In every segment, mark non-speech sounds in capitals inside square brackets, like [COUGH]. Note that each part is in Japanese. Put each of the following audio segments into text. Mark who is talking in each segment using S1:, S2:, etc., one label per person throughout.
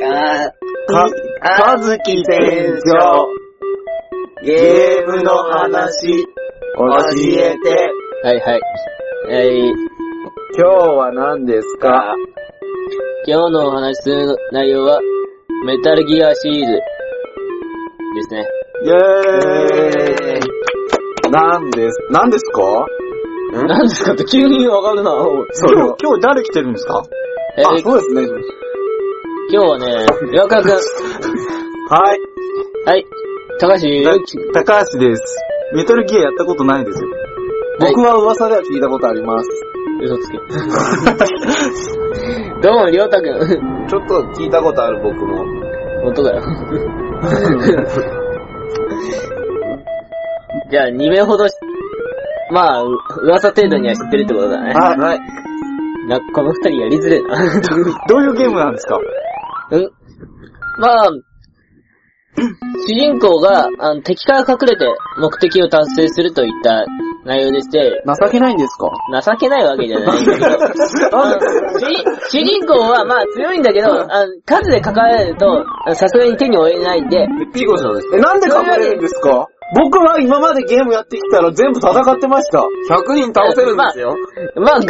S1: か、
S2: か、かずき店長、ゲームの話、教えて。
S3: はいはい。えー、
S2: 今日は何ですか
S3: 今日のお話しする内容は、メタルギアシリーズですね。
S2: イェーイ何です、何ですか
S3: 何ですかって急にわかるな。
S2: そう
S1: 今日、今日誰来てるんですか
S3: えー、今
S2: うですね。
S3: 日はね、岩倉くん。
S2: はい。
S3: はい。高橋ゆうき。
S1: 高橋です。メタルギアやったことないんですよ。
S3: はい
S2: 僕は噂では聞いたことあります。[LAUGHS]
S3: 嘘つけ。どうも、りょうたくん。
S2: ちょっと聞いたことある僕も。
S3: 本当だよ。じゃあ、2名ほどし、まあ、う噂程度には知ってるってことだね。
S2: はい。 [LAUGHS] はい。
S3: な、この二人やりづれえな。
S1: どういうゲームなんですか
S3: うんまあ、主人公があの敵から隠れて目的を達成するといった内容でして、
S2: 情けないん [LAUGHS] ですか
S3: 情けないわけじゃないんだけど、あの主人主人公はまあ強いんだけど、あの数で関わられると、あのさすがに手に負えないんで、
S2: ピーコさんですえ、なんで隠れるんですか僕は今までゲームやってきたら全部戦ってました。100人
S3: 倒せるんです
S2: よ。
S3: まあ頑張る、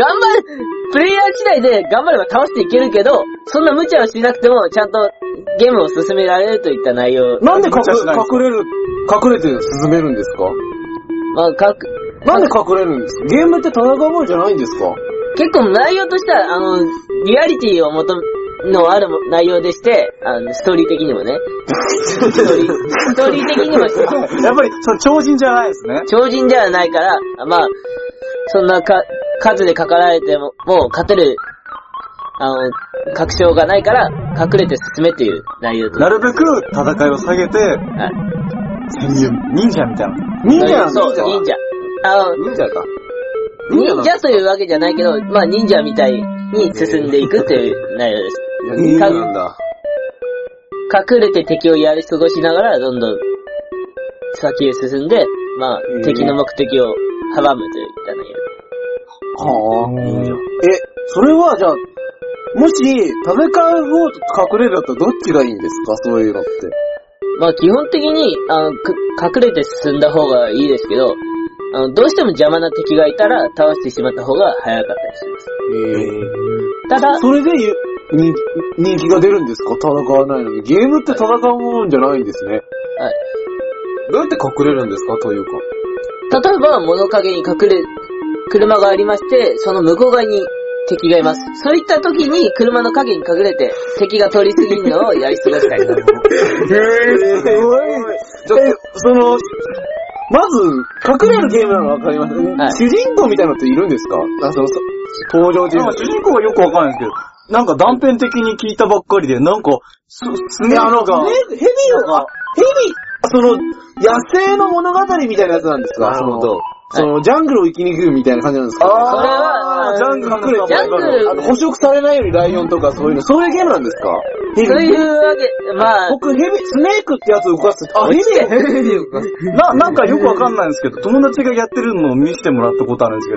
S3: プレイヤー次第で頑張れば倒していけるけど、そんな無茶をしなくてもちゃんとゲームを進められるといった内容。
S2: なんで隠
S1: 無茶しないんですか
S2: 隠れる、隠れて進めるんですか
S3: まあ各
S2: なんで隠れるんですかゲームって戦うもんじゃないんですか
S3: 結構内容としては、あの、リアリティを求め、のある内容でして、あの、ストーリー的にもね。ストーリー、ストーリー的
S2: [LAUGHS]
S3: にも、
S1: やっぱり、その超人じゃないですね。
S3: 超人ではないから、まあ、そんなか、数でかかられても、もう勝てる、あの、確証がないから、隠れて進めっていう内容と。
S1: なるべく戦いを下げて、
S3: はい
S1: 潜入、忍者みたいな。
S2: 忍者なんです
S3: そう、忍者。あの、
S2: 忍者か。
S3: 忍者というわけじゃないけど、まあ忍者みたいに進んでいくっていう内容です。
S2: 忍者なんだ。
S3: 隠れて敵をやり過ごしながら、どんどん先へ進んで、まあ、
S2: えー
S3: 敵の目的を阻むといった内容。
S2: はぁ、え、それはじゃあ、もし、戦う方と隠れるだとどっちがいいんですかそういうのって。
S3: まあ、基本的に、あの、く隠れて進んだ方がいいですけど、あの、どうしても邪魔な敵がいたら、倒してしまった方が早かったりします。ただ、
S2: それでゆ人気人気が出るんですか戦わないのに。ゲームって戦うもんじゃないんですね。
S3: はい。
S2: どうやって隠れるんですかというか。
S3: 例えば、物陰に隠れ、車がありまして、その向こう側に敵がいます。そういった時に、車の影に隠れて、敵が通り過ぎるのをやり過ごしたりとか。
S2: えー、すごい。え、その、まず、隠れるゲームなのわかります、
S3: はい
S2: 主人公みたいなのっているんですかあ、その、そ登場人
S1: なんか
S2: 物
S1: 主。人公はよくわかんないんですけど、なんか断片的に聞いたばっかりで、なんか、す、すね
S2: あ
S1: の
S2: の、
S1: が、
S2: ヘビヘビが、ヘビ、その、野生の物語みたいなやつなんですか
S4: なるほ
S2: そ
S4: ど
S2: の。その、ジャングルを生きにくいみたいな感じなんですか、
S3: それは
S1: あー、ジャングルの中
S3: ジャングル
S2: あの捕食されないようにライオンとかそういうの、そういうゲームなんですか
S3: そういうわけ、まあ、
S2: 僕ヘビ、スネークってやつ動かす。あ、ヘビヘビ
S1: な、なんかよくわかんないんですけど、友達がやってるのを見せてもらったことあるんです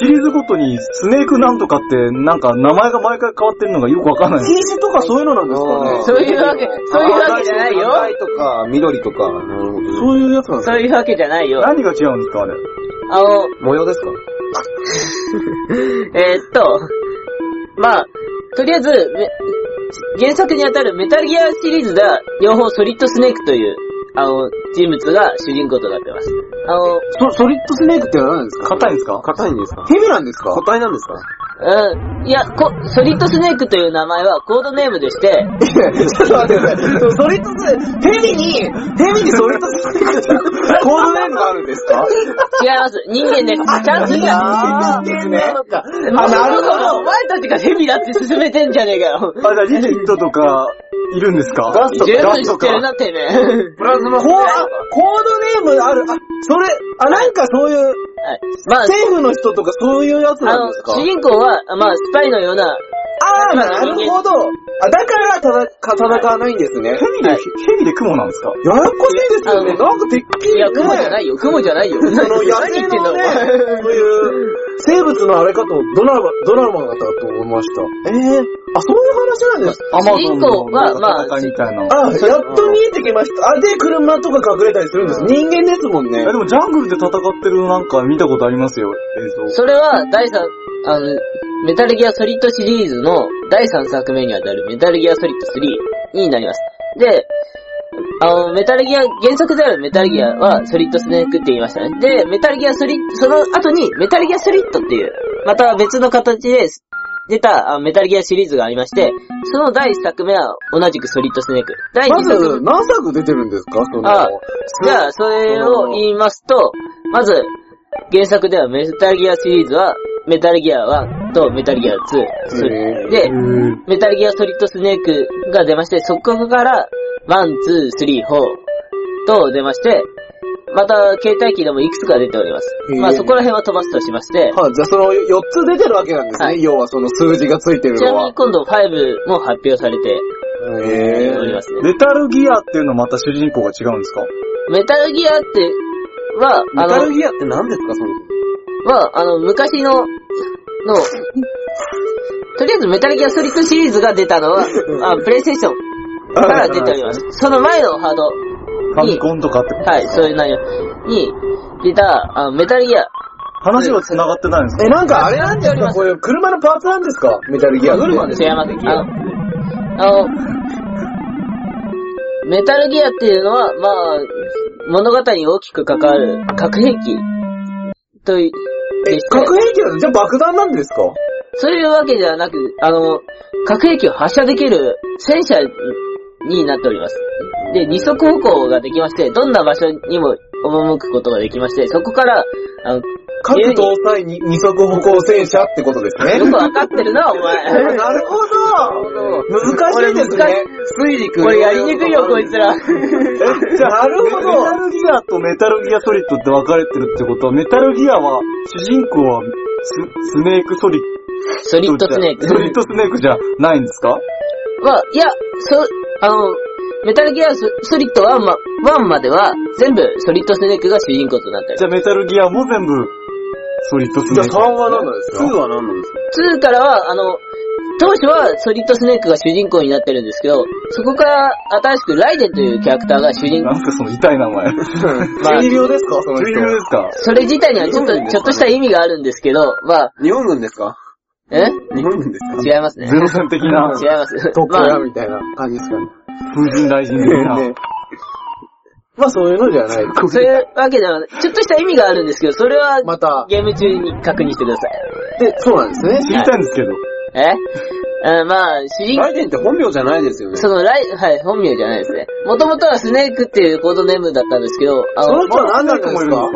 S1: けど、シリーズごとにスネークなんとかって、なんか名前が毎回変わってるのがよくわかんな
S2: [LAUGHS]
S1: いんです。
S2: 品種とかそういうのなんですか
S3: そ
S2: ね
S3: ういうわけ、そういうわけじゃないよ。
S4: 赤とか緑とか、なるほど。
S2: そういうやつなんです
S3: そういうわけじゃないよ。
S1: 何が違うんですか、あれ。
S3: あの、
S4: 模様ですか
S3: えーっと、まあ、とりあえず、め原作にあたるメタルギアシリーズでは、両方ソリッドスネークという、あの、人物が主人公となってます。あの、
S2: かソソリッドスネークってのは何ですか
S1: 硬いんですか
S4: 硬いんですか
S2: ヘビなんですか
S4: 硬いなんですか
S3: うん、いや、こ、ソリッドスネークという名前はコードネームでして、
S2: いやちょっと待ってください。そのソリッドスネーク、ヘビに、ヘビにソリッドスネークってコードネームがあるんですか
S3: 違います。人
S2: [LAUGHS]
S3: 間です。ちゃんとした。
S2: あー人間なのか。
S3: ま
S2: あ、
S3: あ、
S2: な
S3: な
S2: る
S3: る
S2: ほ
S3: ほど。お
S2: ど。
S3: 前たちがヘビだって進めてんじゃねえかよ。
S1: あ、じゃあリキッドとか、いるんですかガ
S2: ス
S3: 十分知ってるな、てめえ。
S2: プラズマコーあコードネームある。あ、それ、あ、なんかそういう、
S3: はい。まあ、
S2: 政府の人とかそういうやつ
S3: あ
S2: なん
S3: の、
S2: ですか
S3: 主人公は、まあ、スパイのような、
S2: ああ、なるほど。あ、だから、ただ、刀がないんですね。
S1: ヘビで、ヘビで雲なんですか
S2: ややこしいですよね。
S3: あ
S2: なんかてっきり、
S3: い
S2: ね。
S3: や、雲じゃないよ、雲じゃないよ。何
S2: その野
S3: 言
S2: 生
S3: ってんだ
S2: の
S3: お
S2: ね、
S3: 前。
S2: そういう、生物のあれかと、ドラマ、ドラマだったと思いました。ええあ、そういう話なんですか
S1: アマ
S3: 主
S1: ゾン
S3: 人公
S1: の
S3: は、まあ、
S1: 戦いみたいな。
S2: あ、やっと見えてきました。あ、で、車とか隠れたりするんです。人間ですもんね
S1: いや。でもジャングルで戦ってるなんか見たことありますよ、映像。
S3: それは、第3、あの、メタルギアソリッドシリーズの第3作目にあたるメタルギアソリッド3になります。で、あの、メタルギア、原作であるメタルギアはソリッドスネークって言いましたね。で、メタルギアソリッド、その後にメタルギアソリッドっていう、また別の形で出たあメタルギアシリーズがありまして、その第1作目は同じくソリッドスネーク。第2
S2: ま
S3: 作目
S2: ず、何作出てるんですかその、
S3: あじゃあ、それを言いますと、まず、原作ではメタルギアシリーズは、メタルギア1とメタルギア2それ。で、メタルギアソリッドスネークが出まして、そこから、1、2、3、4と出まして、また、携帯機でもいくつか出ております
S2: へ。え
S3: まあ、そこら辺は飛ばすとしまして、
S2: はい、じゃあその4つ出てるわけなんですね。
S3: はい
S2: 要はその数字がついてる
S3: ちな
S2: の
S3: み
S2: は
S3: に。今度5も発表されて
S2: へ
S3: おりますね。
S1: メタルギアっていうのはまた主人公が違うんですか
S3: メタルギアって、は、
S2: メ
S3: あ
S2: タ
S3: の
S2: ル、ギアって何ですかその。
S3: まあ、あの、昔の、の、とりあえずメタルギアソリッドシリーズが出たのは、あプレイステーションから出ております。その前のハード、
S1: ファミコンとかってこと
S3: はい、そういう内容に出た、あメタルギア、
S1: 話は繋がってないんですか
S2: え、なんかあれなんじゃないですかこういう車のパーツなんですかメタルギアって。
S3: 違います。あの、あの、メタルギアっていうのは、まあ、物語に大きく関わる核兵器とい、で
S2: え
S3: して
S2: 核兵器なんですじゃあ爆弾なんですか
S3: そういうわけではなく、あの、核兵器を発射できる戦車になっております。で、二足歩行ができまして、どんな場所にも赴くことができまして、そこから、あの、よ
S2: 各搭載に二足歩行戦車ってことですね。
S3: くわかってるな、お
S2: あ [LAUGHS]
S3: 前。
S2: なるほど難しいです
S3: こ
S2: ね。
S3: れ
S2: 推理く
S3: これやりにくいよ、こいつ
S2: [LAUGHS]
S3: ら。
S1: えじゃ
S2: な
S1: あ、
S2: るほど
S1: メタルギアとメタルギアソリッドって分かれてるってことは、メタルギアは、主人公はス、スネークソリッ
S3: ソリッ
S1: ド
S3: ド
S1: じゃ。
S3: スネーク
S1: ソ。リッドスネークじゃないんですか
S3: まあ、いや、そ、あの、メタルギアソソリッド1ま、ワンまでは、全部ソリッドスネークが主人公となっております
S1: じゃあ、メタルギアも全部、ソリッドス
S2: じ
S1: ネ
S2: ゃあ
S1: ーク。
S2: 3は何なんですか ?2 は何なんですか
S3: 2からは、あの、当初はソリッドスネークが主人公になってるんですけど、そこから新しくライデンというキャラクターが主人公、
S1: なんかその痛い名前。
S3: まあ
S2: [LAUGHS] 中二病ですかその
S1: 重
S2: 人
S1: 要。ですか
S3: それ自体にはちょっと、ちょっとした意味があるんですけど、まあ、
S2: 日本軍ですか
S3: え
S2: 日本軍ですか
S3: 違いますね。違
S1: ゼロ戦的な、
S3: います。
S2: 特攻
S3: ま
S2: や
S3: あ、
S2: みたいな感じですかね。
S1: 風神大臣的な。
S2: ねまあそういうのじゃない。
S3: そういうわけではない、ちょっとした意味があるんですけど、それは、
S2: ま [LAUGHS] た、
S3: ゲーム中に確認してください。
S2: で、そうなんですね。
S1: 知りたいんですけど。
S3: えうんまあ、主人公、
S4: ライデンって本名じゃないですよね。
S3: その、ライ、はい、本名じゃないですね。もともとはスネークっていうコードネームだったんですけど、あ
S2: その
S3: の、
S2: 人は何なんで
S1: もい
S2: す
S1: るんです
S2: か
S1: か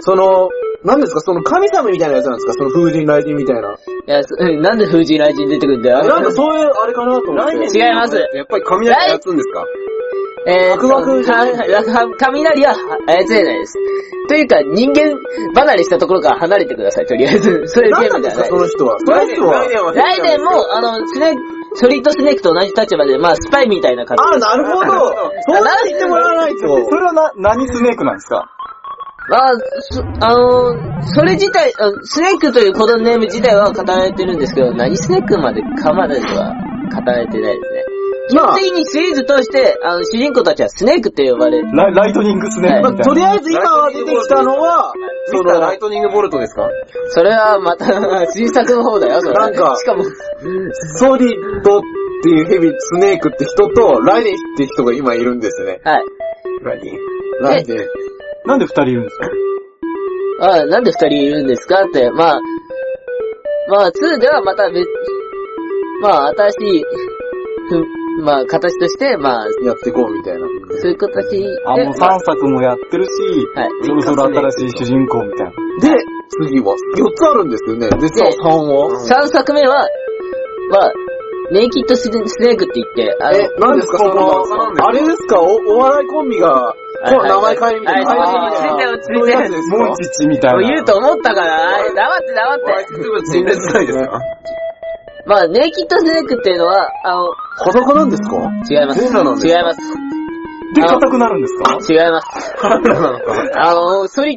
S2: その、何ですかその神様みたいなやつなんですかその風神雷神みたいな。
S3: いや、そうんなんで風神雷神出てくるんだよ。
S2: なんかそういう、あれかなと思っ
S3: 違
S2: て。
S3: います。
S4: やっぱり雷やつんですか
S3: えー、
S2: 悪魔
S3: かか雷は操れないです。というか、人間離れしたところから離れてください、とりあえず。そういう
S2: 何
S3: ゲー
S2: なん
S3: ム
S2: で
S3: じゃ
S2: すか
S3: ない
S2: その人は。その人は。
S4: は
S3: ライデンも、あの、スネーク、ソリッドスネークと同じ立場で、まあ、スパイみたいな感
S2: ああ、
S3: じです。
S2: なるほど。そうなって言ってもらわない
S1: えそ
S2: と。
S1: れはな、何スネークなんですか
S3: まあ、そあのー、それ自体、あスネークというコードネーム自体は語られてるんですけど、何スネークまでかまでは語られてないですね。基
S2: ま
S3: 本
S2: あ
S3: 的にシリーズ通して、あの、主人公たちはスネークって呼ばれる。
S1: ライライトニングスネー
S2: ま
S1: ク
S2: あ
S1: みた
S2: と
S1: いな。
S2: りあえず今出てきたのは、そ
S4: ミスターライ
S2: の、
S4: トニングボルトですか
S3: それはまた、 [LAUGHS] 新作の方だよ、それ。
S2: なんか
S3: しかも、
S2: ソリッドっていうヘビ、スネークって人と、ライデンって人が今いるんですね。
S3: はい。
S4: ライデン。
S2: ライデン。
S1: なんで二人いるんですか
S3: あなんで二人いるんですかって、まあ、まあ、2ではまた別、まあ、新しい、ふまあ、形として、まあ、
S2: やってこうみたいな。
S3: そういう形で、
S1: あ、もう
S3: まあ
S1: 三作もやってるし、
S3: はい。
S1: そろそろ新しい主人公みたいな。
S2: で、次は、4つあるんですよね。で、さ3は
S3: 3作目は、まあ、ネイキッドスネスネークって言って、あの、
S2: え、何ですか、そ
S4: なんです
S2: の、
S4: か
S2: あれですか、おお笑いコンビが、
S3: はい
S2: こう名前変えるみたいな。
S3: はいはい
S2: あー
S3: 落ち着いてよ落ち着
S2: そうい
S3: いて
S2: うやつですか
S1: モンチッチみたいな。
S3: 言うと思ったから、はい黙って黙って。
S4: 物侵略罪ですか
S3: まあ、ネイキッドスネークっていうのは、あの、
S2: 裸なんですか
S3: 違います。
S4: 全裸なんです
S3: 違います。
S1: で、硬くなるんですか
S3: 違います。あの、ソリ、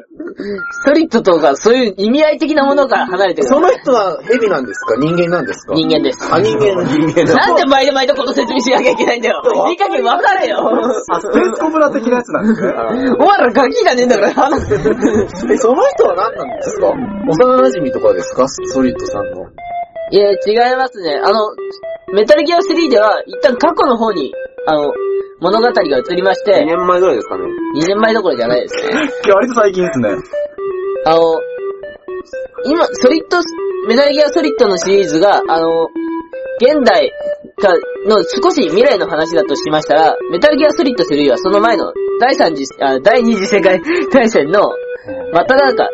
S3: ソリッドとか、そういう意味合い的なものから離れてくだ
S2: そ
S3: さい。
S2: の人は蛇なんですか人間なんですか
S3: 人間です。
S2: あ、人間。人間
S3: なんで毎度毎度こと説明しなきゃいけないんだよ。いい加減わかれよ。
S1: あ、スペースコブラ的なやつなんですね。
S3: [LAUGHS] お前らガキじゃねえんだから話せ。
S2: え、その人は何なんですか幼馴染とかですかソリッドさんの。
S3: [LAUGHS] いや、違いますね。あの、メタルギア3では、一旦過去の方に、あの、物語が移りまし
S4: 2
S3: て、
S4: 年前ぐらいですかね。
S3: 2年前どころじゃないですね。
S1: いや割と最近ですね。
S3: あの、今、ソリッド、メタルギアソリッドのシリーズが、あの、現代かの少し未来の話だとしましたら、メタルギアソリッド3はその前の第三次、あ第二次世界 [LAUGHS] 大戦の、またなんか、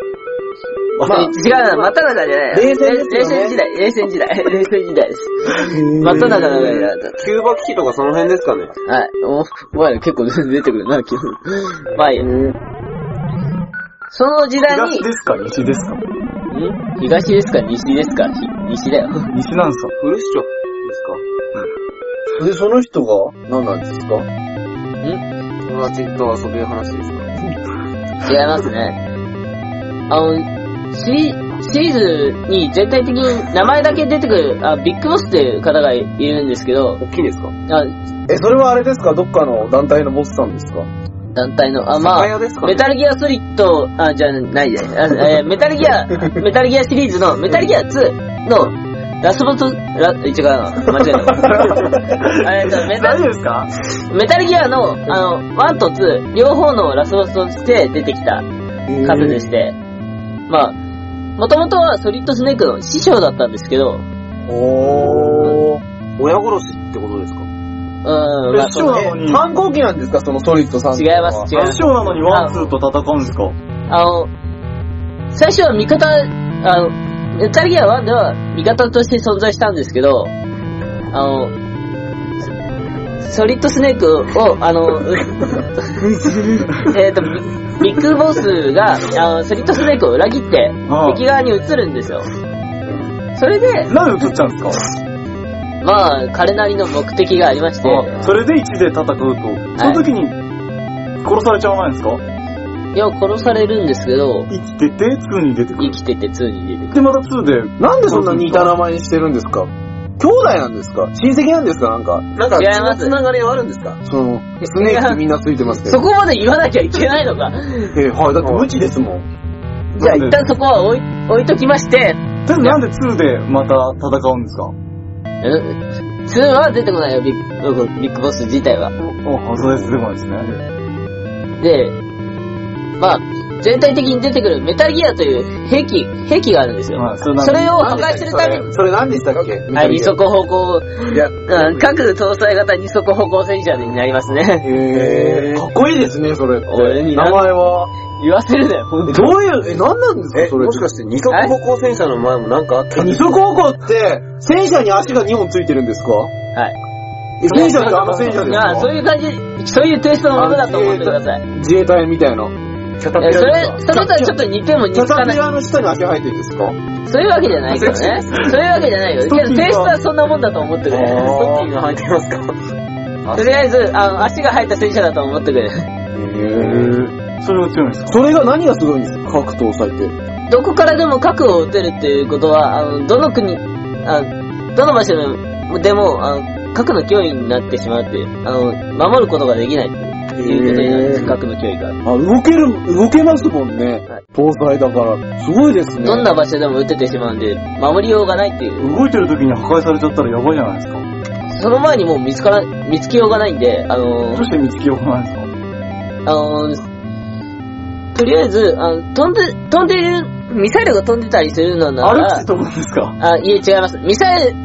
S2: まあ
S3: 違うな、またなんかじゃない。
S2: 冷戦ですよね
S3: 冷戦時代、冷戦時代、 [LAUGHS] 冷戦時代です。またなんかなんかなんか
S4: キューバ危機とかその辺ですかね。
S3: はい。お、お前ら結構出てくるな、気分。まあいいや。その時代に
S1: 東、ですか西ですか
S3: ん東ですか西ですかひ西だよ。
S1: 西なんですか
S4: フルシチョで
S2: で、その人が何なんですかん
S4: すか友達と遊ぶ話ですか
S3: 違いますね。あの、シリシリーズに全体的に名前だけ出てくる、あビッグボスっていう方がいるんですけど、
S4: 大きいですか
S3: あ
S2: え、それはあれですかどっかの団体のボスさんですか
S3: 団体の、あ、ま
S4: 酒屋
S3: あ、
S4: ですかね
S3: メタルギアソリッド、あ、じゃないじゃない、あえーメタルギ
S4: [LAUGHS]
S3: ア、メタルギアシリーズの、メタルギア2の、ラスボス、ラ、違うな、間違え
S4: [LAUGHS]
S3: た。えっと、メタ
S1: 大丈夫ですか
S3: メタルギアの、あの、1と2、両方のラスボスとして出てきた方でして、まあ、もともとはソリッドスネークの師匠だったんですけど、うーん、
S2: おー。
S4: 親殺しってことですか
S3: まあ、
S1: 師匠なのに、
S2: 反抗期なんですかそのソリッドさん。
S3: 違います、違いま
S1: 師
S3: す。
S1: 匠なのにワンツーと戦うんですか
S3: あの、最初は味方、あの、メタルギア1では味方として存在したんですけど、あの、ソリッドスネークを、あの、うえっと、ビビッグボスが、あの、ソリッドスネークを裏切って、
S1: ああ
S3: 敵側に移るんですよ。それで、
S1: なんで映っちゃうんです
S3: まあ、彼なりの目的がありまして、
S1: かそれで1で戦うと、その時に殺されちゃわないんですか
S3: いや、殺されるんですけど、
S1: 生きてて2に出てく
S3: 生
S1: る。
S3: きてて2に出てくる。
S1: で、また2で、
S2: なんでそんな似た名前にしてるんですか兄弟なんですか親戚なんですかなんか、
S4: なんか、
S3: 違います
S4: つながりはあるんですか
S2: その、スネークみんなついてますけ
S3: そ
S2: ど。
S3: こまで言わなきゃいけないのか。
S2: えはい、だって無知ですもん。
S3: じゃあ一旦そこは置い、置いときまして、
S1: とりあえずなんで2でまた戦うんですか
S3: うん2は出てこないよ、ビッビッグボス自体は。
S1: あ、そうです、出てこないですね。
S3: で、まあ、全体的に出てくるメタルギアという兵器、兵器があるんですよ。
S1: はい、それなん
S3: そ
S1: で
S3: れを破壊するために、
S2: それ何でしたっけ
S3: はい、二足歩行、
S2: いや、
S3: うん、各搭載型二足歩行戦車になりますね。 [LAUGHS]
S2: へー。かっこいいですね、それって。
S3: 俺に
S2: 名
S3: な
S2: 前は。
S3: 言わせるなよ、ほん
S2: え
S3: と
S2: どういう、え、何なんですか、
S4: え、
S2: それっ
S4: も
S2: て
S4: しかして二足歩行戦車の前もなんかあった
S2: え二足歩行って、戦車に足が2本ついてるんですか
S3: はい。
S2: え戦車ってあの戦車です
S3: ああ
S2: か
S3: そういう感じ、そういうテイストのものだと思ってください。
S2: 自衛隊みたいな。
S4: キャ
S3: え
S4: タピラ
S3: ーそ
S4: で
S3: れ
S4: すか、
S3: それとはちょっと似ても似
S2: キャ
S3: つか
S2: タ
S3: な
S2: ピ
S3: い。
S2: ラの下に足生えてるんですか
S3: そういうわけじゃないけどね。そういうわけじゃないよ。けどテイストはそんなもんだと思ってくれ。
S4: ストッキング履いてますか
S3: とりあえず、あの、足が生えた戦車だと思ってくれ。
S1: へぇそれが強いんですか
S2: それが何がすごいんですか格闘祭って。
S3: どこからでも核を撃てるっていうことは、あの、どの国、あどの場所でも、あの、核の脅威になってしまうっていう、あの、守ることができないっていうことになるんです、
S2: へー
S3: 核の脅威が。
S2: あ、動ける、動けますもんね
S3: はい。
S2: 搭載だから。すごいですね。
S3: どんな場所でも撃ててしまうんで、守りようがないっていう。
S1: 動いてる時に破壊されちゃったらやばいじゃないですか。
S3: その前にもう見つから、見つけようがないんで、あの
S1: どうして見つけようがないんですか
S3: あの、とりあえず、あの、飛んで、飛んでいる、ミサイルが飛んでたりするのな
S1: 歩き
S3: ら
S1: て、飛ぶんですか
S3: あ、いえ、違います。ミサイル、例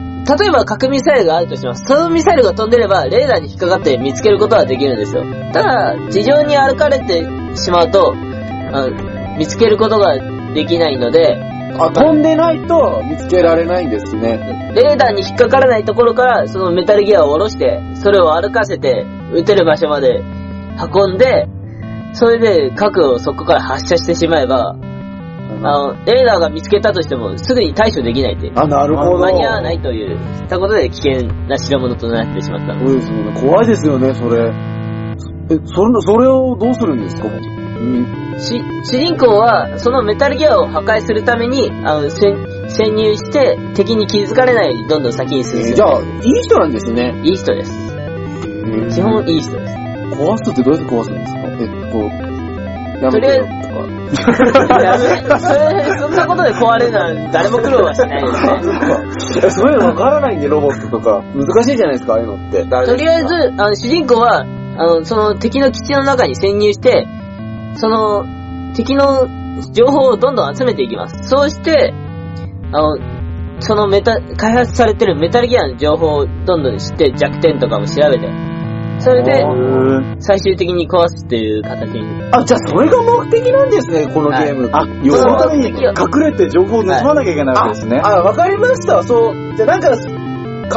S3: えば核ミサイルがあるとします。そのミサイルが飛んでれば、レーダーに引っかかって見つけることはできるんですよ。ただ、地上に歩かれてしまうと、あの見つけることができないので、
S2: あ、飛んでないと見つけられないんですね。
S3: レーダーに引っかからないところから、そのメタルギアを下ろして、それを歩かせて、撃てる場所まで運んで、それで核をそこから発射してしまえば、あの、レーダーが見つけたとしても、すぐに対処できないって。
S2: あ、なるほど。
S3: 間に合わないという、したことで危険な代物となってしまったの。
S2: そうですよね。怖いですよね、それ。え、それ、それをどうするんですかうん
S3: し、主人公は、そのメタルギアを破壊するために、あの、潜潜入して、敵に気づかれないようにどんどん先に進む。
S2: じゃあ、いい人なんですね。
S3: いい人です。基本いい人です。
S2: 壊すってどうやって壊すんですかえ、こう、やめてよとか。
S3: やめそれそんなことで壊れるのは誰も苦労はしないですね。
S2: いやそういうのわからないんで、ロボットとか。難しいじゃないですか、ああいうのって。
S3: とりあえず、あの、主人公は、あの、その敵の基地の中に潜入して、その、敵の情報をどんどん集めていきます。そうして、あの、そのメタ、開発されてるメタルギアの情報をどんどん知って弱点とかも調べて、それで最終的に壊すっていう形に。
S2: あ、じゃあそれが目的なんですね、この
S3: はい
S2: ゲーム。
S1: あ、
S2: 要
S1: その
S2: は
S1: ために隠れて情報を盗まなきゃいけないわけですね。
S2: あ、わかりました。そう。じゃあなんか、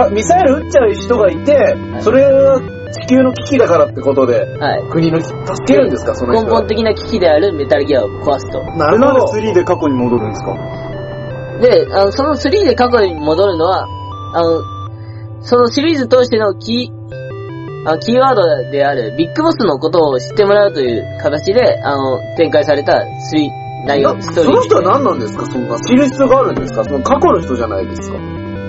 S2: かミサイル撃っちゃう人がいて、それが地球の危機だからってことで、
S3: はい。
S2: 国の助けるんですか、その
S3: 根
S2: 人は
S3: 本的な危機であるメタルギアを壊すと。
S2: な
S1: で
S2: る
S1: なん
S2: ほ
S1: で
S2: ど。
S1: 3で過去に戻るんですか
S3: で、あのその3で過去に戻るのは、あの、そのシリーズ通してのキー、あキーワードであるビッグボスのことを知ってもらうという形で、あの、展開された3、内容、
S2: な
S3: ストー
S2: その
S3: リーですね。
S2: 人は何なんですかそんな。知る必要があるんですかその過去の人じゃないですか。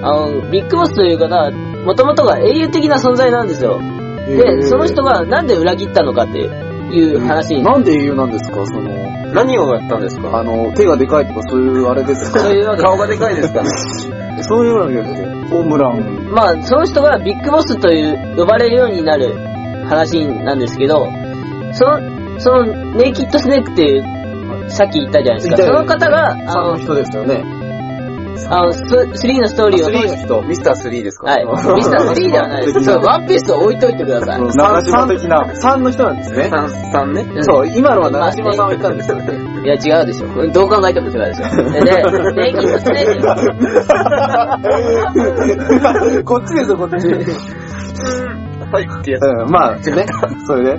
S3: あの、ビッグボスという方は、もともとが英雄的な存在なんです
S2: へ
S3: よ。
S2: ー
S3: で、その人がなんで裏切ったのかっていう話に、
S2: なんで英雄なんですかその、
S4: 何をやったんですか
S2: あの、手がでかいとかそういうあれですか
S3: そういうわけ
S4: 顔がでかいですかね。
S2: そういうわけですよ。
S1: ホームラン。
S3: まあ、その人がビッグボスという、呼ばれるようになる話なんですけど、その、その、ネイキッドスネークっていう、さっき言ったじゃないです
S2: 言っ
S3: か。そ
S2: たよ
S3: の方が、あ
S2: あの
S3: の、
S2: 人ですよね。
S3: あの、ス3のストーリーを通して、
S2: 人。
S4: ミスター3ですか
S3: はい。ミスター3ではないです。そう、ワンピースを置いといてください。
S2: うん
S1: 長島的な。
S2: 3の人なんですね。
S4: 3、3ね。
S2: そう、今のは長島さんを言ったんですよね。 [LAUGHS]
S3: いや、違うでしょ。どう考えても違うでしょ。で、ネイキッドスネーク、
S2: こっちですよ、こっ [LAUGHS] ち。う
S4: はい、ってやつ。
S2: ん、まあ、ね。それで。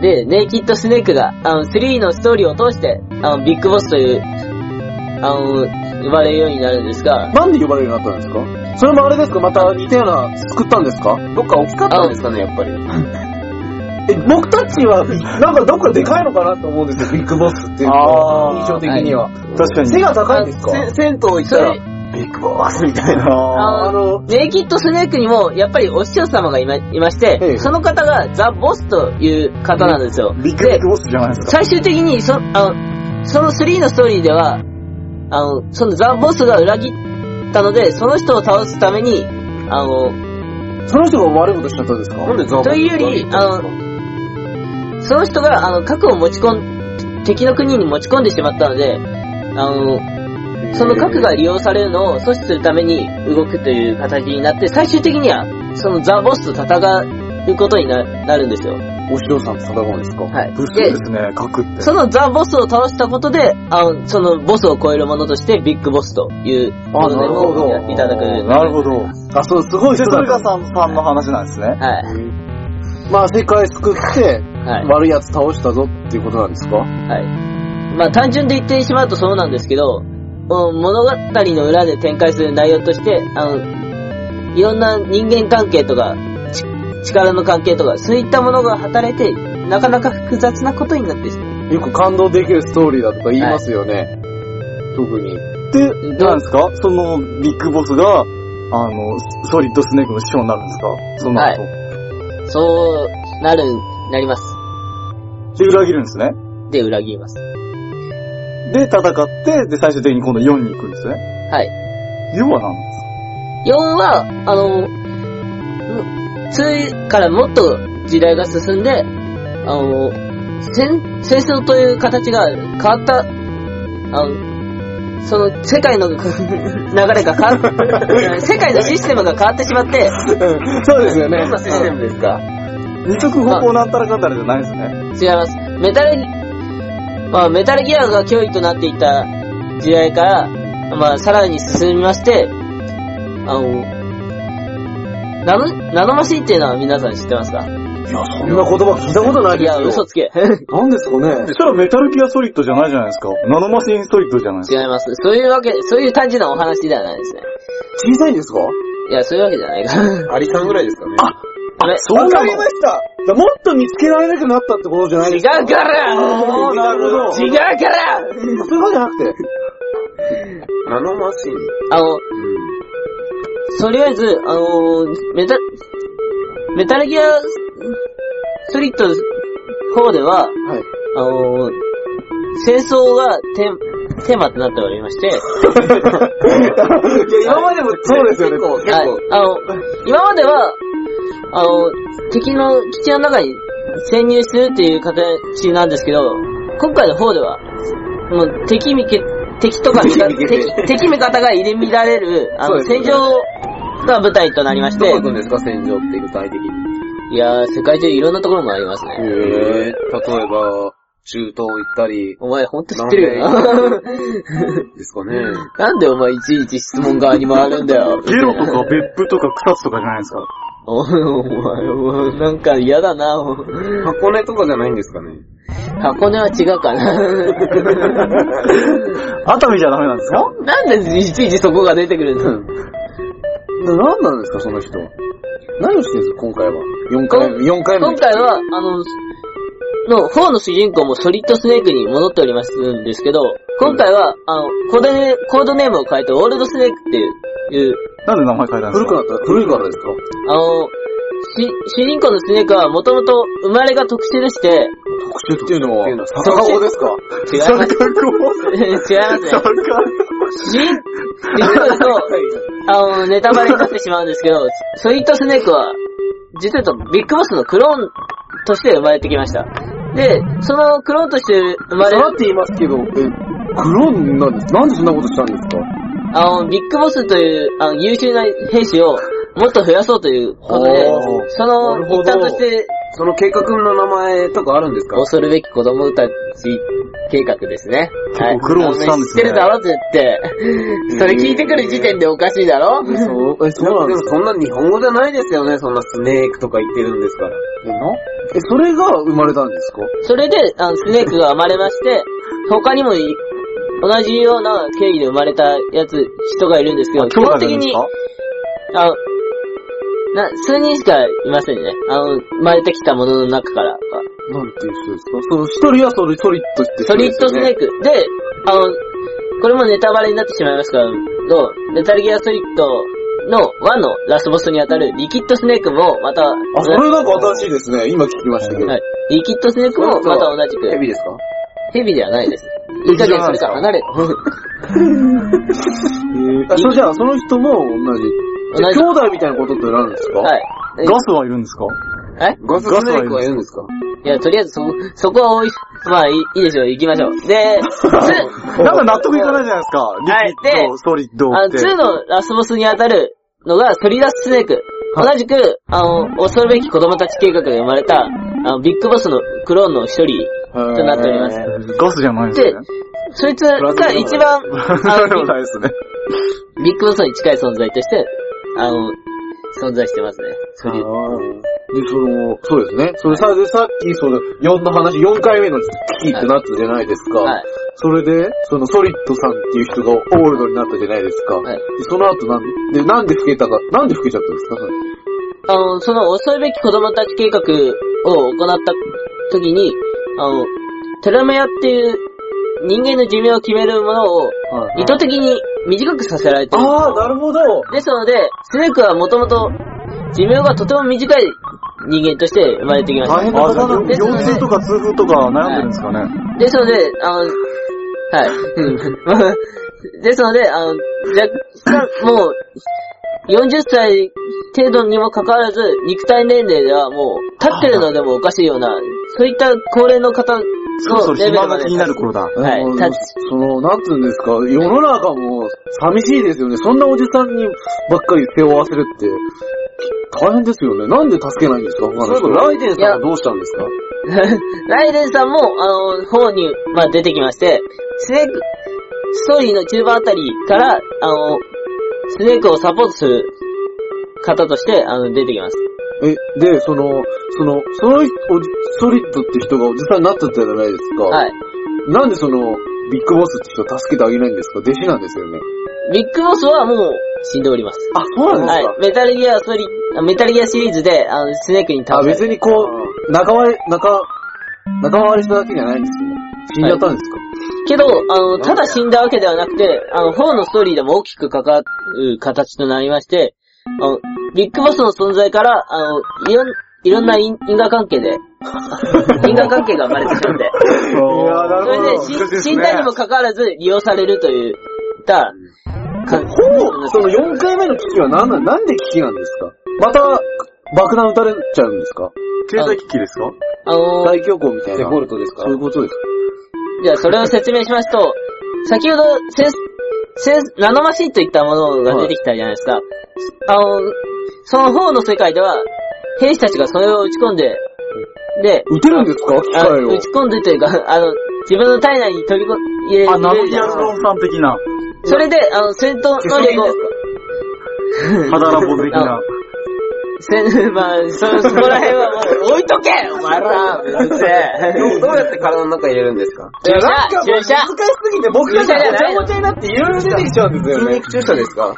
S3: で、ネイキッドスネークが、あの、3のストーリーを通して、あの、ビッグボスという、あの、呼ばれるようになるんですが、
S2: なんで呼ばれるようになったんですかそれもあれですかまた似たような、作ったんですか
S4: どっか大きかったんですかね、やっぱり。
S2: [LAUGHS] え、僕たちは、なんかどっかでかいのかなと思うんで
S4: [LAUGHS]
S2: すよ、ビッグボスっていうの
S1: あー
S2: は。印象的には。
S1: 確かに。
S2: 背が高いんですか
S4: せ銭湯行っ
S3: そ
S4: た
S3: れ
S4: ら、、ビッグボスみたいな。
S1: [LAUGHS] あ
S3: あの、ネイキッドスネークにも、やっぱりお師匠様がいまいまし
S2: え
S3: て、
S2: え
S3: その方がザ・ボスという方なんですよ
S1: ー。ビッグビ
S3: で
S1: ッグ、ボスじゃないですか。
S3: 最終的にそ、あの、その3のストーリーでは、あの、そのザ・ボスが裏切ったので、その人を倒すために、あの、
S2: その人が悪いことしちゃったんですか
S4: なんでザ
S3: というより
S4: の、
S3: あその人が、あの、核を持ち込ん、敵の国に持ち込んでしまったので、あの、その核が利用されるのを阻止するために動くという形になって、最終的には、そのザ・ボスと戦うことにななるんですよ。
S2: お師匠さんと戦うんですか
S3: はい。
S1: 物質
S3: で
S1: で、すね、核って。
S3: そのザ・ボスを倒したことで、あの、そのボスを超えるものとして、ビッグボスという
S2: な
S3: も
S2: るほ
S3: の
S2: ど
S3: でやっていただく。
S1: なるほど。
S2: あ、そう、すごい
S1: で、
S2: 人
S1: そ
S2: だ
S1: れがさんさんの話なんですね。
S3: はい。
S2: まあ、世界救って、
S3: はい。
S2: 悪い奴倒したぞっていうことなんですか
S3: はい。まあ単純で言ってしまうとそうなんですけど、うん物語の裏で展開する内容として、あの、いろんな人間関係とか、ち力の関係とか、そういったものが働いて、なかなか複雑なことになってしまう。
S2: よく感動できるストーリーだとか言いますよね。特に。
S1: で、
S3: どう
S1: なんですかそのビッグボスが、あの、ソリッドスネークの師匠になるんですかその後。
S3: そう、なる、なります。
S1: で、裏切るんですね。
S3: で、裏切ります。
S1: で、戦って、で、最終的に今度4に行くんですね。
S3: はい。
S1: 要はなんです
S3: 4は、あの、ん2からもっと時代が進んで、あの、戦、戦争という形が変わった、あの、その、世界の [LAUGHS] 流れが変わっ、世界のシステムが変わってしまって、
S2: [LAUGHS] そうですよね。
S4: どんなシステムですか
S1: 二足歩行なんたらかんたらじゃないんですね。
S3: 違います。メタルギ、まあ、メタルギアが脅威となっていた時代から、まあ、さらに進みまして、あの、ナノ、ナノマシンっていうのは皆さん知ってますか
S2: いや、そんな言葉聞いたことない
S3: い
S2: です
S3: や、
S2: よ。
S3: 嘘つけ。 [LAUGHS]
S2: なんですかね
S1: そしたらメタルギアソリッドじゃないじゃないですか。ナノマシンソリッドじゃないですか。
S3: 違います。そういうわけ、そういう単純なお話ではないですね。
S2: 小さいんですか
S3: いや、そういうわけじゃないから。
S4: アリさんぐらいですかね。
S3: ごめん
S1: そうなの
S2: したじゃあもっと見つけられなくなったってことじゃない
S3: 違
S2: で
S3: う
S2: すか
S3: から
S1: あーなるほど
S3: 違うから
S2: そういうことじゃなくて。
S4: ナノマシン。
S3: あの、とりあえず、あのー、メタ、メタルギアソリッド4では、
S2: はい。
S3: あのー、戦争がテーテーマとなっておりまし
S2: [LAUGHS]
S3: て、
S2: いや、今までもそうですよね。
S4: 結
S3: はい
S4: 構、
S3: あの、今までは、あの、敵の基地の中に潜入するっていう形なんですけど、今回の方では、もう敵見け、敵とか味方、
S4: 敵見け
S3: 敵、敵味方が入れ乱れる、あ
S4: そう
S3: の、
S4: ですね
S3: 戦場が舞台となりまし
S4: ど
S3: て
S4: こ行、くんですか、戦場って具体的に。
S3: いやー、世界中いろんなところもありますね。
S4: へえ。例えば、中東行ったり、
S3: お前ほんと知ってるよ
S4: な
S3: な。
S4: ですかね。
S3: [LAUGHS] なんでお前いちいち質問側に回るんだよ。
S1: ゲロとか別府とか草津とかじゃないですか。
S3: おお前、お前なんか嫌だな。お
S4: 箱根とかじゃないんですかね。
S3: 箱根は違うかな。
S1: 熱海じゃダメなんですか
S3: なんでいちいちそこが出てくるの
S2: 何なんですか、その人。何をしてるんですか、今回は。4回目、4回目。
S3: 今回は、あの、の、4の主人公もソリッドスネークに戻っておりますんですけど、今回は、あの、コードネコードネームを変えてオールドスネークっていう、いう
S1: なんで名前変えたんです
S2: 古く
S1: か
S2: なった古いからですか
S3: あの、し主人公のスネークはもともと生まれが特殊でして、 [LAUGHS]
S2: 特殊っていうのは、
S4: 逆
S2: 逆子ですか
S3: 違い
S1: 三
S3: ます。
S1: 角を。
S3: 違いますね
S1: 三。角
S3: し、実を言うと、あの、ネタバレになってしまうんですけど、ソリッドスネークは、実はビッグボスのクローンとして生まれてきました。で、そのクローンとして生まれ
S2: だっ
S3: る、
S2: て言いますけど、え、クローンなんです。なんでそんなことしたんですか
S3: あの、ビッグボスというあの優秀な兵士をもっと増やそうということで
S4: ほう、
S3: そ
S4: なる
S3: の
S4: ほど
S3: 一端として、
S4: その計画の名前とかあるんですか
S3: 恐るべき子供たち計画ですね。はい。
S1: 苦労したんですね
S3: 知
S1: [LAUGHS]
S3: ってるだろ絶対。それ聞いてくる時点でおかしいだ
S2: そ
S3: ろ
S2: う、え、そ
S4: で
S2: うなんで
S4: も
S2: すか
S4: そんな日本語じゃないですよね、そんなスネークとか言ってるんですから。
S2: え、なえ、それが生まれたんですか
S3: それで、あの、スネークが生まれまして、他にもい同じような経緯で生まれたやつ、人がいるんですけど、基
S1: 兄弟
S3: 本
S1: じゃ
S3: 的
S1: ないです
S3: に、
S1: か
S3: あの、な、数人しかいませんね。あの、生まれてきたものの中からは。
S2: なんていう人ですかその一人はソリソリッドって
S3: ソリッドスネー
S2: ク。
S3: ク。で、あの、これもネタバレになってしまいますけど、メタルギアソリッドの1のラスボスにあたるリキッドスネークも、また、
S2: あ、それなんか新しいですね。今聞きましたけど。
S3: はいリキッドスネークも、また同じく
S4: ヘ。ビですか
S3: ヘビではないです。いい加減それから離れ。
S2: あ、それじゃあ、その人も同じ。
S3: 同じ
S2: 兄弟みたいなことってなんですか
S3: はい。
S1: ガスはいるんですか
S3: え
S4: ガススネークは言うんです
S2: [LAUGHS]
S4: か
S3: いや、とりあえずそ、そこはおい、まあいいいいでしょう、行きましょう。
S1: [LAUGHS]
S3: で、2、
S1: なんか納得いかないじゃないですか。リキッド、
S3: で
S1: ソリッド
S3: あの、
S1: って。
S3: 2のラスボスに当たるのがソリダススネーク。同じく、あの、恐るべき子供たち計画で生まれた、あの、ビッグボスのクローンの一人となっております。
S1: ガスじゃないですね
S3: で。そいつが一番、あ
S1: そうでも
S3: の
S1: ないですね。
S3: ビッグボスに近い存在として、あの、存在してますね。ソリ
S2: で、その、そうですね。それさ、で、さっき、その、4の話、4回目の危機ってなったじゃないですか。
S3: はい。
S2: それで、そのソリッドさんっていう人がオールドになったじゃないですか。
S3: はい
S2: でその後なんで、なんで老けたか、なんで老けちゃったんですかそれ
S3: あの、その恐るべき子供たち計画を行った時に、あの、テラメアっていう人間の寿命を決めるものを
S2: はい
S3: 意図的に短くさせられてる。
S2: ああ、なるほど。
S3: ですので、スネークはもともと寿命がとても短い人間として生まれてきました。
S2: 大変な
S1: あ、
S2: 方
S1: じゃあ
S2: だ。
S3: です
S1: 腰痛とか痛風とか悩んでるんですかね。
S3: ですので、あの、はい。 [LAUGHS] ですので、あの、若干、もう、40歳程度にもかかわらず、肉体年齢ではもう、立ってるのでもおかしいような、そういった高齢の方
S1: そろそ
S3: の
S1: ろ
S3: レベ
S1: 暇
S3: ルま
S1: が
S3: で
S1: 気になる頃だ。
S3: はい
S2: あの
S3: た
S2: その、なんていうんですか、世の中も寂しいですよね。そんなおじさんにばっかり背負わせるって、大変ですよね。なんで助けないんですか他
S4: そう
S2: の
S4: いえば、ラ
S2: 人。
S4: イデンさんはどうしたんですか
S3: [LAUGHS] ライデンさんも、あの、方に、まあ、出てきまして、スネーク、ストーリーの中盤あたりから、あの、スネークをサポートする方として、あの、出てきます。
S2: ええ、で、その、その、その人おじソリッドって人がおじさんになっちゃったじゃないですか。
S3: はい。
S2: なんでその、ビッグボスって人を助けてあげないんですか弟子なんですよね。
S3: ビッグボスはもう死んでおります。
S2: あ、そうなんで
S3: は
S2: す
S3: い
S2: か、。
S3: メタルギアソリ、あメタルギアシリーズで、あの、スネークに倒
S2: あ、
S3: され
S2: 別
S3: た。
S2: にこう、仲間、仲、仲間割れしただけじゃないんですよね。死んじゃったんですか、
S3: けど、あの、ただ死んだわけではなくて、あの、4のストーリーでも大きく関わる形となりまして、あの、ビッグボスの存在から、あの、いろん、いろんな因因果
S2: [LAUGHS]
S3: 関係で、因果関係が生まれてしまって、
S1: いやーな
S3: それで
S1: 難しい
S3: し
S1: です
S3: 死ん
S1: ね
S3: だにもかかわらず利用されるといった、か
S2: ほぼ、その4回目の危機は何なん、なんで危機なんですかまた、爆弾撃たれちゃうんですか
S1: 経済危機ですか
S3: あの、
S2: 大恐慌みたい
S4: デ
S2: な。
S4: フォルトですか
S2: そういうことですか
S3: じゃあそれを説明しますと、先ほど、センス、センス、ナノマシンといったものが出てきたじゃないですか。あの、その方の世界では、兵士たちがそれを打ち込んで、で、
S2: 撃てるんですか機
S3: あ
S2: 械を。 [LAUGHS]
S3: 打ち込んでというか、 [LAUGHS] あの、自分の体内に取り込ん入れ
S1: あ、ナ
S3: 入れ
S1: ノ
S3: る
S1: ヒ
S3: じゃ
S1: ア
S3: ん
S1: ルロン酸的な、
S3: それで、あの、戦闘能力を、
S1: 肌ラボ的な。
S3: 戦、 [LAUGHS] まあ、そ、そこら辺はもう、置いとけお前らうるせえ。
S4: どうどうやって体の中に入れるんですか
S3: 注射注射
S2: 難しすぎて、僕
S3: たちがごちゃご
S2: ちゃになっていろいろ出てきちゃうんです
S4: 筋。肉注射ですか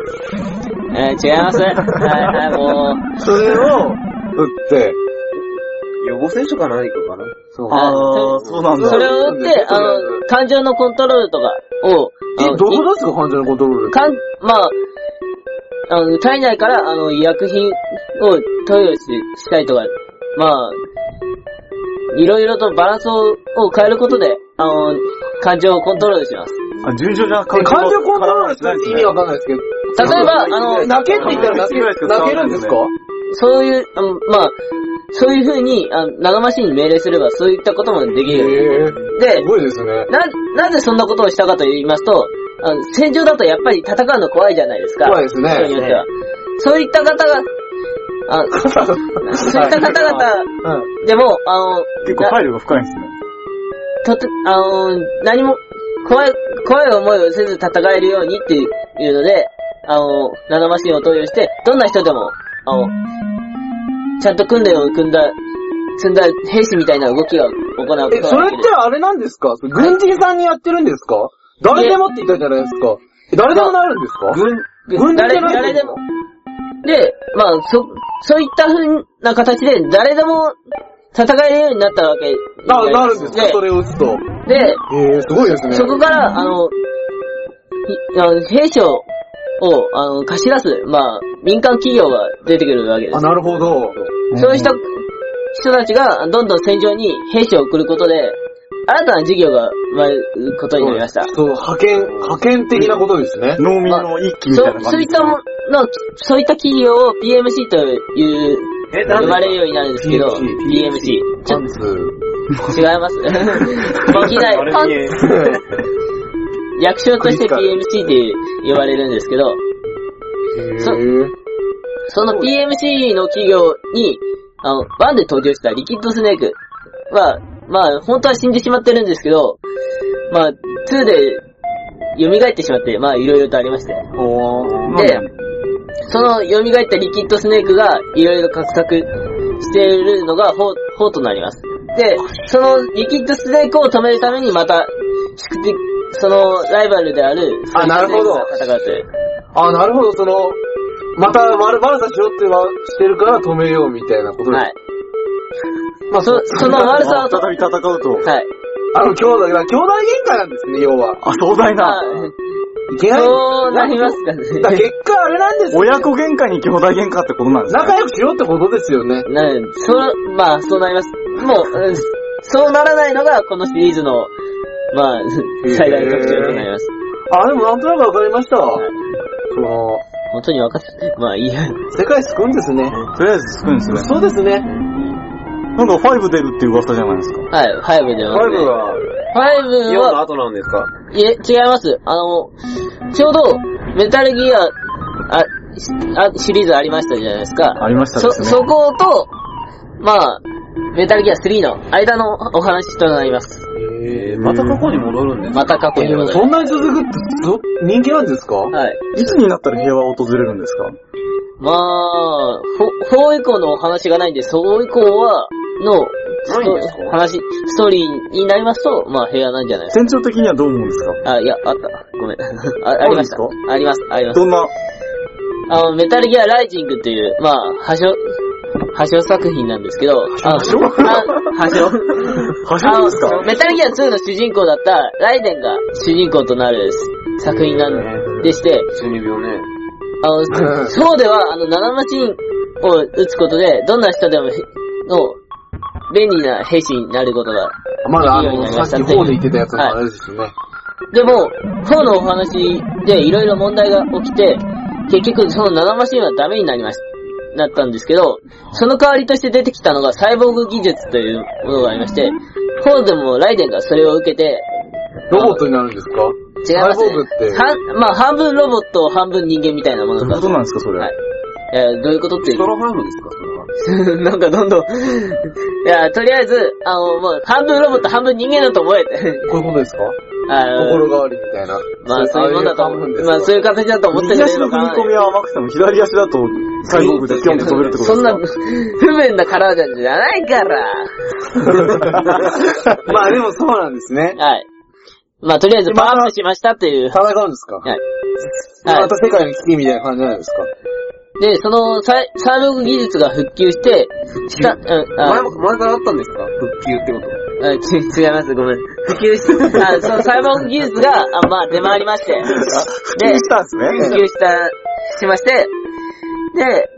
S3: [LAUGHS] えー違います。はいはい、もう。
S2: それを、撃って、
S4: 予防接種か何かかな
S2: そう
S3: あ
S1: あー、そうなんだ。
S3: それを打って、あの、感情のコントロールとかを、あ
S2: え、
S3: の
S2: どこですか患者のコントロール
S3: い。かん、まあ、あの、体内から、あの、医薬品を投与ししたりとか、まあ、いろいろとバランスをを変えることで、あの、感情をコントロールします。
S1: あ、順調じゃな
S2: え
S1: 感
S2: 感情コントロールするって意味わ
S1: は
S2: かんないですけど。
S3: 例えば、あの、
S2: 泣けって言ったら泣ける泣けるんですか
S3: そういう、あのまあ、そういう風に、あの、ナノマシンに命令すれば、そういったこともできる。
S2: す
S3: で、
S2: ごいですね。
S3: な、なぜそんなことをしたかと言いますと、あの、戦場だとやっぱり戦うの怖いじゃないですか。
S2: 怖いですね
S3: 人によっては。そういった方が、
S2: [LAUGHS]
S3: あそういった方々でも、あの、
S1: 結構配慮が深いんですね。
S3: とて、あの、何も、怖い、怖い思いをせず戦えるようにっていうので、あの、ナノマシンを投与して、どんな人でも、あの、ちゃんと訓練を組んだ、積んだ兵士みたいな動きが行うことがで
S2: え、
S3: きる。
S2: それってあれなんですか軍人さんにやってるんですか誰でもって言ったじゃないですか。え誰でもなるんですか
S1: 軍、
S2: 軍人じ
S3: 誰
S2: ゃない
S3: 誰でも。で、まあ、そ、そういった風な形で、誰でも戦えるようになったわけ
S2: な、なるんですかそれを打つと。
S3: で、で
S2: えー、すごいですね。
S3: そこから、あの、いあの兵士を、をあの、貸し出す、まあ、民間企業が出てくるわけで
S2: あ、なるほど。
S3: す。そうした人たちが、どんどん戦場に兵士を送ることで、新たな事業が生まれることになりました。
S2: そう、派遣、派遣的なことですね。
S1: 農民の一気み
S3: そ
S1: たいうな、
S3: そ
S1: 感
S3: うい
S1: じ
S3: っ。たもの、そういった企業を PMC という、
S4: え、
S3: 呼ばれるようになるんですけど、
S2: PMC
S3: PMC。ち
S2: パ
S3: ょ
S2: ンツ。
S3: 違います。いき
S1: [LAUGHS]
S3: なり、パン役所として PMC って呼ばれるんですけど、 [LAUGHS] そ
S2: へー
S3: その PMC の企業に、あの、ワンで登場したリキッドスネークは、まあ、本当は死んでしまってるんですけど、まあ、2で蘇ってしまって、まあ、いろいろとありまして。
S2: おー
S3: で、その蘇ったリキッドスネークがいろいろ画策しているのが4、4となります。で、そのリキッドスネークを止めるためにまた、宿敵、そのライバルである、
S2: あなるほど
S3: 戦うという。
S2: あ、なるほど、その、また、まる、まるさしようってはしてるから止めようみたいなことです。
S3: はい。まあ、そ、その悪さをと、
S1: 再び戦うと、
S3: はい。
S2: あの、兄弟が、兄弟喧嘩なんですね、要は。
S1: あ、壮大
S3: まあ
S1: な。、
S2: いけない。
S3: そうなりますか
S2: だから
S3: ね。
S2: 結果、あれなんですよ
S1: 親子喧嘩に兄弟喧嘩ってことなんですね。
S2: 仲良くしようってことですよね。
S3: なそう、まあ、そうなります。もう、うんそうならないのが、このシリーズの、まあ、最大の特徴となります。
S2: あ、でもなんとなくわかりましたわ。その、
S3: 本当に分かって、まあ、いいや。
S2: 世界救うんですね。
S1: とりあえずつくんですね。
S2: そうですね。
S1: なんか5出るっていう噂じゃないですか。
S3: はい、ファイブで
S2: フ
S3: は
S2: ァイブは、
S3: ファイブ
S4: 4の
S3: は、
S4: 後なんですか
S3: いえ、違います。あの、ちょうど、メタルギア、あ、しあシリーズありましたじゃないですか。
S1: ありましたで
S3: そ、
S1: すね。
S3: そこと、まあ、メタルギア3の間のお話となります。
S4: えー、また過去に戻るんですか
S3: また過去
S2: え、
S3: に
S2: でも
S3: 戻る。
S2: そんなに続くって、そ人気なんですか
S3: はい。
S1: いつになったら平和を訪れるんですか
S3: まあ、フォ4以降のお話がないんで、そう以降は、の、ス
S4: ないん
S3: ト
S4: ですか
S3: 話、ストーリーになりますと、まあ平和なんじゃないです
S1: 店長的にはどう思うんですか
S3: か。あ、いや、あった。ごめん。あありました
S1: どう。
S3: あります、あります。
S1: どんな、
S3: あの、メタルギアライジングっていう、まあ、破傷、破傷作品なんですけど、あ破傷破 [LAUGHS] 傷
S1: はしゃぐんです
S3: あの
S1: か
S3: メタルギア2の主人公だったライデンが主人公となる作品なんでして、
S4: 12秒ね。
S3: あの、そそうでは、あの、7マシンを打つことで、どんな人でもへ、の、便利な兵士になることが。
S2: まだあ
S3: いいよ
S2: の、
S3: いいよ
S2: さっき4で言ってたやつのあれですよね。
S3: でも、4のお話でいろいろ問題が起きて、結局その7マシンはダメになりました。なったんですけど、その代わりとして出てきたのがサイボーグ技術というものがありまして、4でもライデンがそれを受けて、
S2: ロボットになるんですか
S3: 違います、
S2: サイ
S3: ね
S2: ボーグって。
S3: 半まあ、半分ロボット、半分人間みたいなもの
S1: どういう
S3: だ。
S1: こととなんですか、それ。
S3: はいえーどういうことって
S4: ス
S3: いう
S4: ト
S3: [LAUGHS]
S4: ロフラムですかそれは。
S3: なんかどんどん。いや、とりあえず、あの、もう、半分ロボット、半分人間だと思えて。
S2: こういうことですか
S3: あの、
S2: 心変わりみたいな。
S3: まあ、そういうもんだと思
S2: 半
S3: う
S2: 分で。す
S3: ま
S2: か
S3: あ、そういう形だと思って
S1: 右
S3: る
S1: 足の
S3: か
S1: 踏み込みは甘くても、左足だと、最後でピョンって飛べるってことですか
S3: そんな、不便な体じゃないから。
S2: [LAUGHS] まあでもそうなんですね。
S3: はい。まあ、とりあえず、パワーアップしましたっていう。
S2: 戦うんですか
S3: はいは
S2: ま
S3: い
S2: た。世界の危機みたいな感じじゃないですか。
S3: で、その、サイサーログ技術が復旧して、した、うん、あ
S4: 前も、前からあったんですか復旧ってこと。
S3: あち違います、ごめん。普及し、あそのサイボーグ技術が、あまあ、出回りまして。で
S1: 普及、したんですね。
S3: 普及した、しまして、で、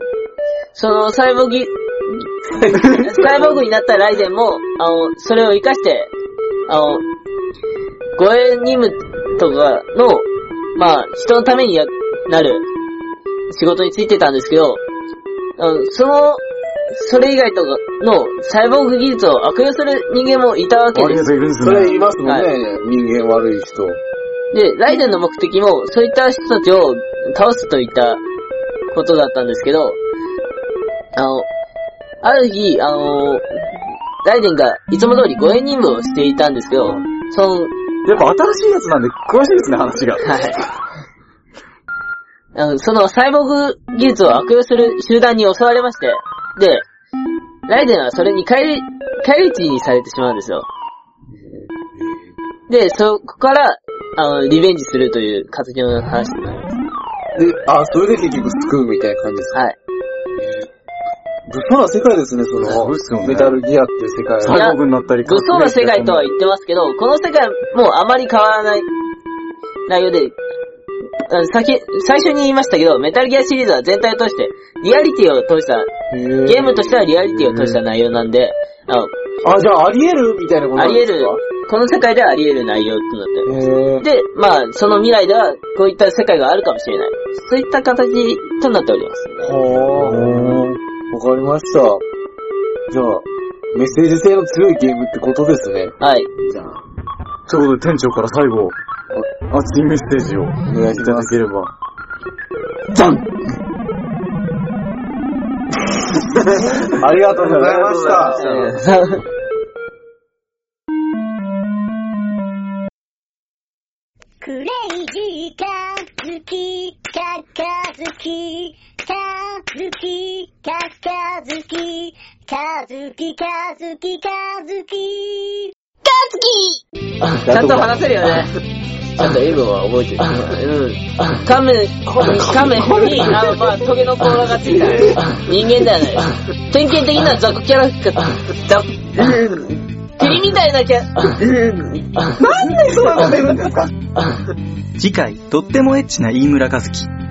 S3: そのサイボーグ、サイボーグになったライデンも、あの、それを活かして、あの、護衛任務とかの、まあ、人のためにやなる仕事についてたんですけど、あのその、それ以外とかのサイボーグ技術を悪用する人間もいたわけ
S1: あり
S3: で
S1: が
S3: す。
S1: とういるんです
S2: それ
S1: ね。
S2: 言いますもんね、
S3: は
S2: 人間悪い人。
S3: で、ライデンの目的も、そういった人たちを倒すといったことだったんですけど、あの、ある日、あの、ライデンがいつも通り護衛任務をしていたんですけど、その、
S1: やっぱ新しいやつなんで、詳しいですね、話が。
S3: はい。あのそのサイボーグ技術を悪用する集団に襲われまして、で、ライデンはそれに返り、返り討ちにされてしまうんですよ。で、そこから、あの、リベンジするという形の話になります。
S2: で、あ、それで結局救うみたいな感じです。
S3: はい。
S2: 物騒な世界ですね、そ
S1: そう
S2: の
S1: ですよね、
S2: メタルギアっていう世界
S1: サ
S2: は。
S1: イボーグになったり、
S3: 物騒な世界とは言ってますけど、この世界もあまり変わらない内容で、あ先、最初に言いましたけど、メタルギアシリーズは全体を通して、リアリティを通した、ゲームとしてはリアリティを通した内容なんで、あの
S2: あ、じゃああり得るみたいなこと
S3: あ
S2: なん
S3: り
S2: で
S3: 得
S2: す
S3: る
S2: か、
S3: この世界ではあり得る内容ってなってる。
S2: え
S3: で、まあ、その未来では、こういった世界があるかもしれない。そういった形となっております。
S2: ー、はー。わかりました。じゃあ、メッセージ性の強いゲームってことですね。
S3: はい。
S2: じゃあ、
S1: ということで、店長から最後、熱いメッセージをい
S2: お願いした
S1: だ
S2: ます。
S1: ければ。
S2: ありがとうございました。
S5: クレイジーカズキ、カカズキ、カズキ、カカズキ、カズキ、カズキ、カズキ。カズキ
S3: ちゃんと話せるよね。ちゃんと英語は覚えてる。うん。カメ、カメに、あの、まあ、トゲの甲羅がついた人間ではない。典型的なザクキャラクター。ザク、霧みたいなキャラ。
S6: 次回、とってもエッチな飯村和樹。